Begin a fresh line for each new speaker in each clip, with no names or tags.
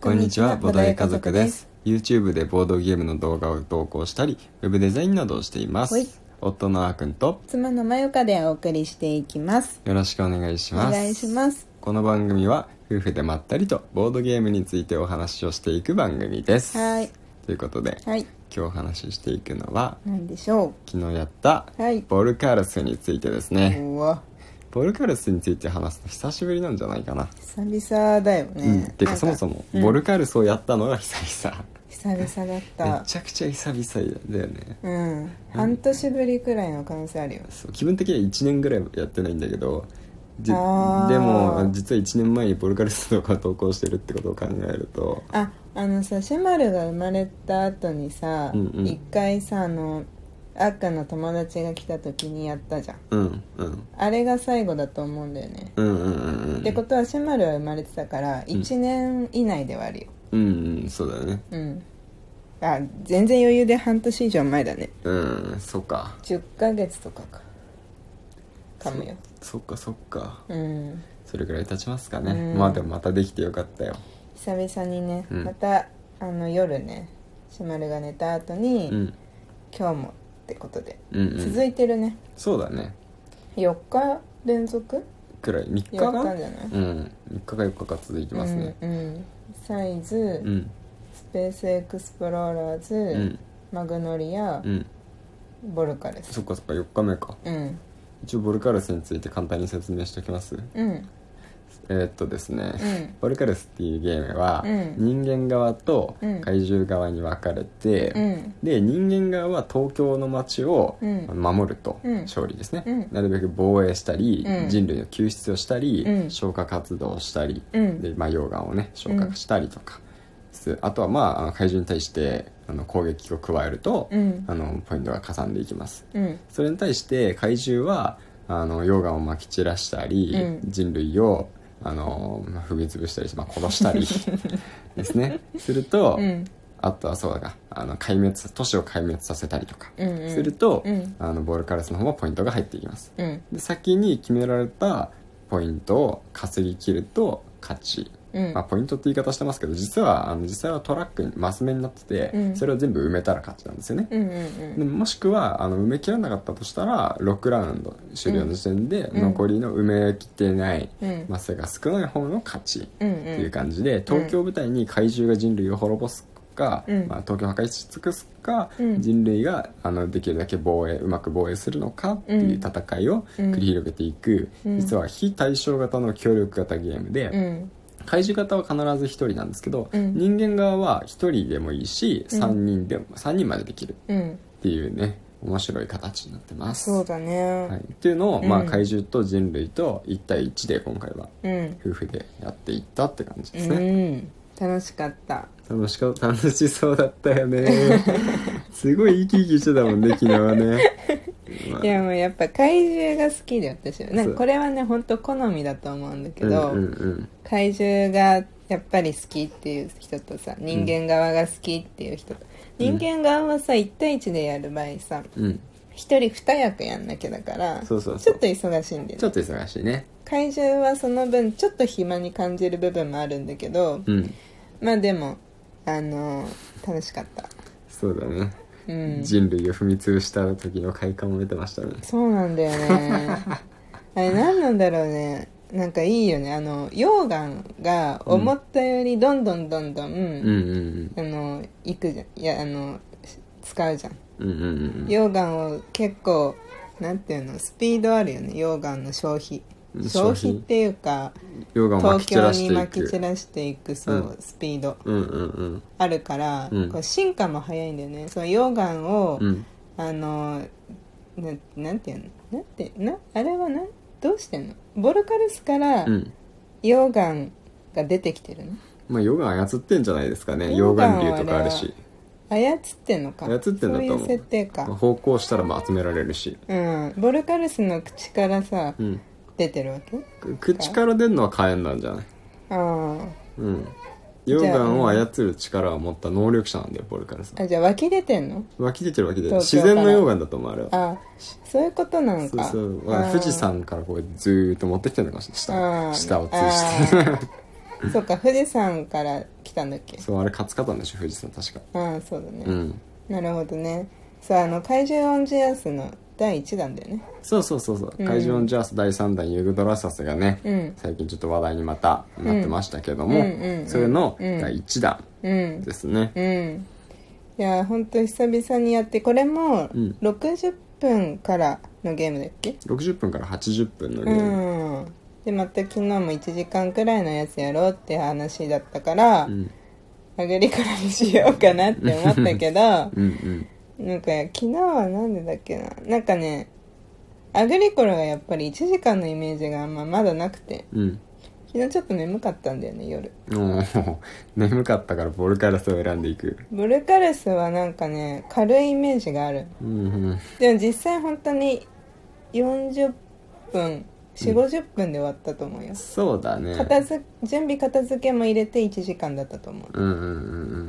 こんにちは、ボードゲー家族です。。YouTube でボードゲームの動画を投稿したり、ウェブデザインなどをしています。
はい
夫のあーくんと、
妻のまゆかでお送りしていきます。
よろしくお願いし
お
ます。
願いします。
この番組は、夫婦でまったりとボードゲームについてお話をしていく番組です。
はい。
ということで、
はい。
今日お話ししていくのは、
なんでしょ
昨日やった、
はい
ボルカルスについてです
う。
ね。
うわ、
ボルカルスについて話すの久しぶりなんじゃないかな。
久々だよね。
うん、て
な
か
ん
そもそも、
うん
ボルカルスをやったのが久々。
久々だっ
め
た。
ちゃくちゃ久々だよね
うん。半年ぶりくらいの可能性あるよ。
そう気分的には1年ぐらいやってないんだけどじで
あー
も実は1年前にボルカルスとか投稿してるってことを考えると
あ、あのさ、シェマルが生まれた後にさ、
うんうん
一回さ、あの、あっくんの友達が来た時にやったじゃん。
うんうん
あれが最後だと思うんだよね。
うんうんうんうん
ってことはシェマルは生まれてたから1年以内ではあるよ
うんうんそうだよね
うんあ全然余裕で半年以上前だね
うんそっか
10ヶ月とかかかもよ
そっかそっか
うん
それぐらい経ちますかね、
うん
まあでもまたできてよかったよ
久々にね、
うん
またあの夜ねシェマルが寝た後に、
うん
今日もってことで、
うんうん
続いてるね
そうだね
4日連続
くらい3日
4
か
日
な
じゃない
うん3日か4日か続いてますね
うんうんサイズ、
うん
スペースエクスプローラーズ、
うん
マグノリア
う、ん
ボルカルス
そっかそっか4日目か
うん
一応ボルカルスについて簡単に説明しておきます
うん
えーっとですね、
うん
ボルカルスっていうゲームは、
う
人間側と
うん
怪獣側に分かれて、
うん
で人間側は東京の街を
うん
守ると、
うん
勝利ですね、
うん
なるべく防衛したり、
うん
人類の救出をしたり、
うん
消火活動をしたり、
うん
でまあ、溶岩をね消火したりとか、すあとはまああの怪獣に対してあの攻撃を加えると、
うん
あのポイントがかさんでいきます
うん
それに対して怪獣はあの溶岩をまき散らしたり、
うん
人類をあの、まあ、踏み潰したりして、まあ、殺した りですねすると、
うん
あとはそうだなあの壊滅都市を壊滅させたりとか
うんうん
すると、
うん
あのボルカルスの方もポイントが入っていきます
うん
で先に決められたポイントを稼ぎ切ると勝ち、
うん
まあ、ポイントって言い方してますけど実はあの実際はトラックにマス目になってて、
うん
それを全部埋めたら勝ちなんですよね、
うんうん
でもしくはあの埋め切らなかったとしたら6ラウンド終了の時点で
ん
残りの埋め切ってない
うん
マスが少ない方の勝ち
うん
って
うん
いう感じで東京を舞台に怪獣が人類を滅ぼすか、
うん
まあ、東京を破壊し尽くすか、
うん
人類があのできるだけ防衛うまく防衛するのかっていう戦いを繰り広げていく、
うん
実は非対称型の協力型ゲームで、
うん
怪獣型は必ず1人なんですけど、
うん
人間側は1人でもいいし
うん
3人でも、3人までできる。
うん
っていうね面白い形になってます
そうだね、
はい、っていうのを、
うん
まあ、怪獣と人類と1対1で今回は
うん
夫婦でやっていったって感じです
う
ね、
ん楽しかった
楽しか 楽しそうだったよね すごい生き生きしてたもんね昨日はね、まあ
いやもうやっぱ怪獣が好きで私はなん
そう
かこれはね本当好みだと思うんだけど、
うんうん
怪獣がやっぱり好きっていう人とさ人間側が好きっていう人と、
うん
人間側はさ1対1でやる場合さ
うんうん
一人二役やんなきゃだから
そうそう
ち
そ
ょ
う
っと忙しいんだよね
ちょっと忙しいね
怪獣はその分ちょっと暇に感じる部分もあるんだけど
うん
まあでもあの楽しかった
そうだね、
うん
人類を踏み潰した時の快感も出てましたね
そうなんだよ ねあれ何なんだろうねなんかいいよねあの溶岩が思ったよりどんどんどんどん、
うんうん
あのいくじゃんいやあのし使うじゃん
うんうんうんうん
溶岩を結構なんていうのスピードあるよね溶岩の消費
うん消
消費
費
っていうか
溶岩をま
東
き散
京
らし
に
て
ま
い
き散
く
らしていくそう、スピード
うんうんうん
あるから、
うん
こう進化も早いんだよねその溶岩を、
うん
あのななんていうのなんてなあれはなどうしてんのボルカルスから
うん
溶岩が出てきてるの
まあ、溶岩操ってんじゃないですかね溶
溶岩は
岩流とかあるし
操ってんのか
操ってんだと思う
そういう設定か
方向したらまあ集められるし、
うんボルカルスの口からさ、
うん、
出てるわけ
く口から出るのは火炎なんじゃない、
あ
うん、
じゃあ
溶岩を操る力を持った能力者なんだよボルカルさん
ああじゃあ湧き出てんの
湧き出てるわけで
東
自
京から
然の溶岩だと思うあれは
あそういうことなの
そう
か
そう、まあ
あー
富士山からこうずーっと持ってきてるのかもしれない
あ ー
下下を通して
あーそうか富士山から来来たんだっけ
そうあれカツカタンでしょ富士山確か
ああそうだね、
うん
なるほどねそうあの怪獣オンジェアスの第1弾だよね
そうそうそうそう、
うん
海上ジャース第3弾ユグドラサスがね、
うん
最近ちょっと話題にまたなってましたけども、
うんうんうんうん
それの第1弾
うん
ですね、
うんいや本当久々にやってこれも
うん
60分からのゲームだっけ
60分から80分のゲ
う
ーム、
んでまた昨日も1時間くらいのやつやろうって話だったから、
うん、
アグリコラにしようかなって思ったけど
うんうん
なんか昨日はなんでだっけななんかねアグリコラがやっぱり1時間のイメージがあんままだなくて
うん
昨日ちょっと眠かったんだよね夜
もう眠かったからボルカラスを選んでいく
ブルカルスはなんかね軽いイメージがある
うん
でも実際本当に40分4 5 0分で終わったと思うよ、
そうだね
片づ準備片付けも入れて1時間だったと思う
うんうんう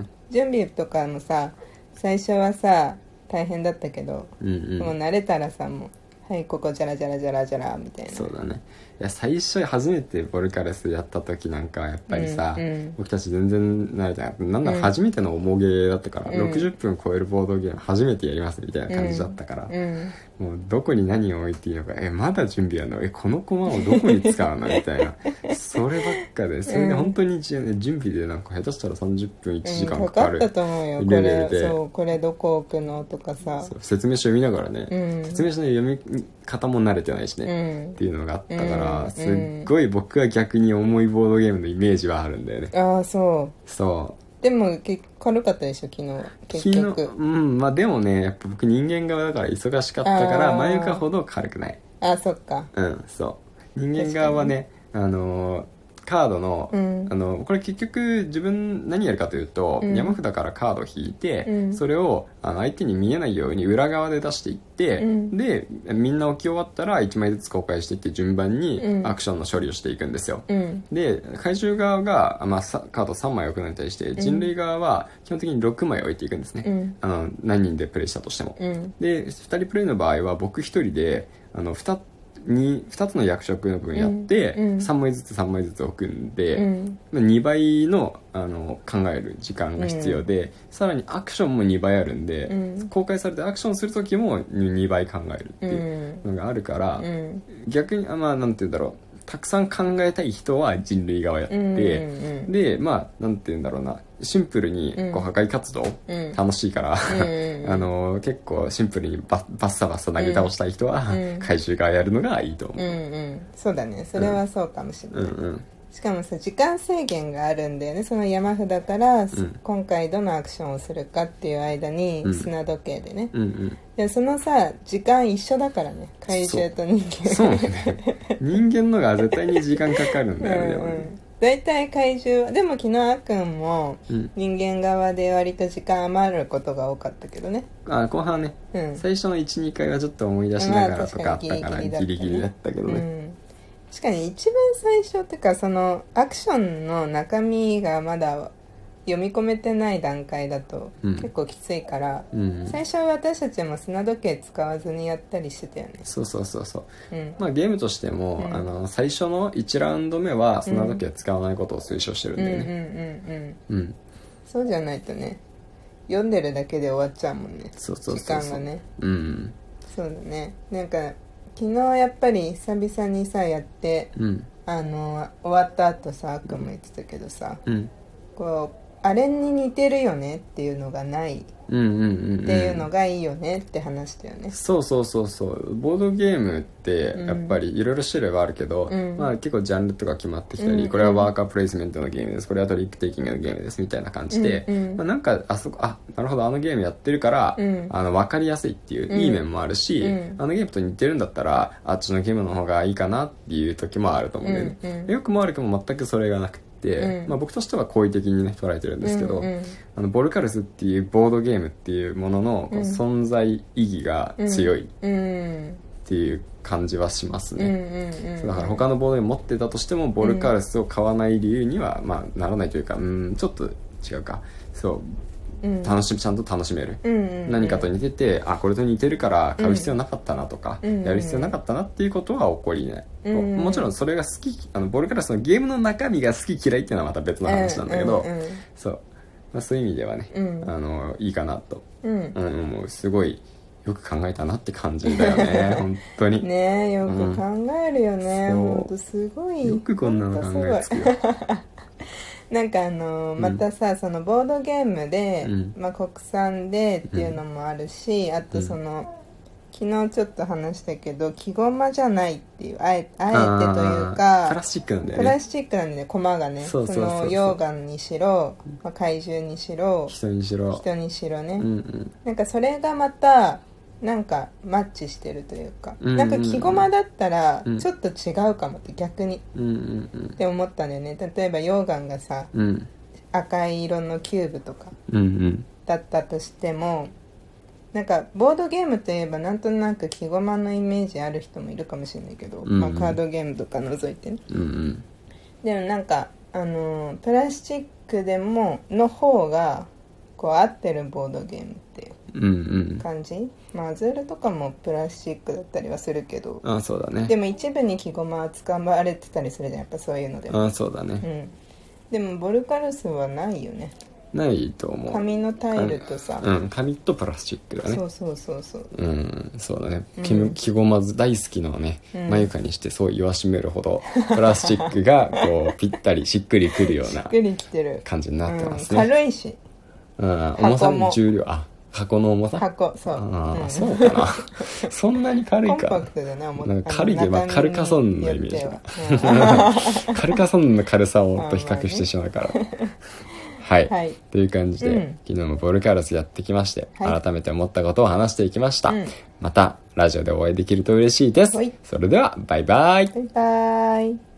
ん
準備とかもさ最初はさ大変だったけど、
うんうん
も
う
うん慣れたらさもうはいここじゃらじゃらじゃらじゃらみたいな
そうだねいや最初初めてボルカラスやった時なんかはやっぱりさ、
うんうん
僕たち全然慣れてなくてなんだろ
う
うん初めての重げだったから、
うん
60分超えるボードゲーム初めてやりますみたいな感じだったから、
うん
もうどこに何を置いていいのかえまだ準備やんのえこの駒をどこに使 うのみたいなそればっかでそれで本当にじゅ準備でなんか下手したら30分1時間
うん
かか
か
る、
ったと思うよこ
レベ
れ
ルで
そうこれどこ置くのとかさ
そう説明書読みながらね、
うん
説明書の読み方も慣れてないし
う
ね、
ん
っていうのがあったから、
うん
すっごい僕は逆に重いボードゲームのイメージはあるんだよね、
ああそう
そう
でもけ軽かったでしょ昨日は
昨
結
日
局
うんまあでもねやっぱ僕人間側だから忙しかったか
あ
ら
ー
前床ほど軽くない
ああそっか
うんそう人間側はねあのーカードの,、
うん
あのこれ結局自分何やるかというと、
うん
山札からカードを引いて、
うん
それをあの相手に見えないように裏側で出していって、
うん
でみんな置き終わったら1枚ずつ公開していって順番に
うん
アクションの処理をしていくんですよ、
うん
で怪獣側が、あまあ、さカード3枚置くのに対して人類側は基本的に6枚置いていくんですね、
うん
あの何人でプレイしたとしても、
うん
で2人プレイの場合は僕1人であの 2, に2つの役職の分やって、
うんうん
3枚ずつ3枚ずつ置くん
う
で、
ん
2倍のあの考える時間が必要で、さらにアクションも2倍あるんで、
うん
公開されてアクションする時も2倍考えるって
う
いうんのがあるから、
うん
逆にあまあなんて言うんだろうたくさん考えたい人は人類側やって、
うんうん
でまあなんて言うんだろうなシンプルに
うん
こう破壊活動、
うん
楽しいから、
うん
あの結構シンプルにバッバッサバッサ投げ倒したい人は、
うん
怪獣がやるのがいいと思
う
う、
んうんそうだねそれはそうかもしれな
う
い、
ん、うん
しかもさ時間制限があるんだよねその山札から、
ん
今回どのアクションをするかっていう間に
うん
砂時計でね、
うんうん
でそのさ時間一緒だからね怪獣と人間
そう ね人間のが絶対に時間かかるん
う
だよねで
ん
も
う
ね
ん大体怪獣はでも昨日あっくんも
うん
人間側で割と時間余ることが多かったけどね
あ後半ね
うん
最初の12回はちょっと思い出しながらとかあったか
まあ
ら
確
ギ
かに
リギリだったけど
う
ね、
ん、確かに一番最初っていうかそのアクションの中身がまだ読み込めてない段階だと
うん
結構きついから、
うん
最初は私たちも砂時計使わずにやったりしてたよね
そうそうそうそう
うん
まあ、ゲームとしても、
うん
あの最初の1ラウンド目は砂時計使わないことを推奨してるん
うん
だ
うん
よ
うん
ね
うん
うん、
そうじゃないとね読んでるだけで終わっちゃうもんね
そうそうそう
時
そう
間がね
うん
そうだねなんか昨日やっぱり久々にさやって
うん
あの終わった後さあっくんも言ってたけどさ、
うん
こうあれに似てるよねっていうのがないっ
うんうんうんん
ていうのがいいよねって話したよね
そうそうそうそうボードゲームって
うん
やっぱりいろいろ種類はあるけど、
うん
まあ、結構ジャンルとか決まってきた
うん
り、
うん
これはワーカープレイスメントのゲームですこれはトリックテイキングのゲームですみたいな感じで、
うんうん
まあ、なんかあそこあなるほどあのゲームやってるから、
うん
あの分かりやすいっていう
うん
いい面もあるし、
うん
あのゲームと似てるんだったらあっちのゲームの方がいいかなっていう時もあると思うんだよね、
うんうん
よくも悪くも全くそれがなくって、
うん
まあ、僕としては好意的にね捉えてるんですけど、
うんうん
あのボルカルスっていうボードゲームっていうもののこう
うん
存在意義が強いっ
うんうん
ていう感じはします
うんう
ね、
ん
そうだから他のボードゲーム持ってたとしてもボルカルスを買わない理由にはまあならないというかうんちょっと違うかそう
うん
楽しちゃんと楽しめる、
うんうんうん
何かと似ててあこれと似てるから買う必要なかったなとか、
うん
やる必要なかったなっていうことは起こりね、
うん
もちろんそれが好きあのボールクラスのゲームの中身が好き嫌いっていうのはまた別の話なんだけど、
うん
そう、まあ、そういう意味ではね、
うん
あのいいかなと、
うんうん
うん、もうすごいよく考えたなって感じだよ ね本当に、
ねえよく考えるよね、
うん
ほんとすごい
よくこんなの考えつくよ
なんかあの
ん
またさ、そのボードゲームで、
うん
まあ、国産でっていうのもあるし、あとその、昨日ちょっと話したけど木駒じゃないっていうあえあえてという
あープ
か
ラスチックなんだよ
プラ
ね
スチックなんでね駒がね
そうそうそうそう
の溶岩にしろ、まあ、怪獣にしろ
人にしろ
人にしろね、
うんうん
なんかそれがまたなんかマッチしてるというか、
うんうん
なんか木駒だったら
うん
ちょっと違うかもって逆にっ
うんうんうん
て思ったんだよね例えば溶岩がさ
うん
赤い色のキューブとか
うん
だったとしてもなんかボードゲームといえばなんとなく木駒のイメージある人もいるかもしれないけ
う
ど、
んうん
まあ、カードゲームとか除いてね
うんうん
でもなんかあのープラスチックでもの方がこう合ってるボードゲームっていう
うんうん
感じ、まあ、アズールとかもプラスチックだったりはするけど
あそうだ
で
ね
も一部に木駒は使われてたりするじゃんやっぱそういうのでも、
あそうだ
う
ね
ん、でもボルカルスはないよね
ないと思う
紙のタイルとさ、
うん紙とプラスチックだ
そ
ね
うそうそうそう
うんそうだね
うん
木ごまず大好きのね
うん
まゆかにしてそう言わしめるほどプラスチックがこうぴったりしっくりくるよう
し っ
な
くりきてる、
感じになってます
うん
ね
軽いし
うん重さ
箱
も
も
重量あ箱の重さ
箱そう、
あ
う
あ
ん
そうかな そんなに軽
コ
い
ンパ
か
クトだね思
なんか軽いでまあ軽かそうなイメージだ
ジ
軽かそんな軽さをと比較してしまう からはい
はい
という感じで、
うん
昨日もボルカルスやってきまして、
はい
改めて思ったことを話していきました、
うん
またラジオでお会いできると嬉しいです、
はい
それではバイバイ
バイバイ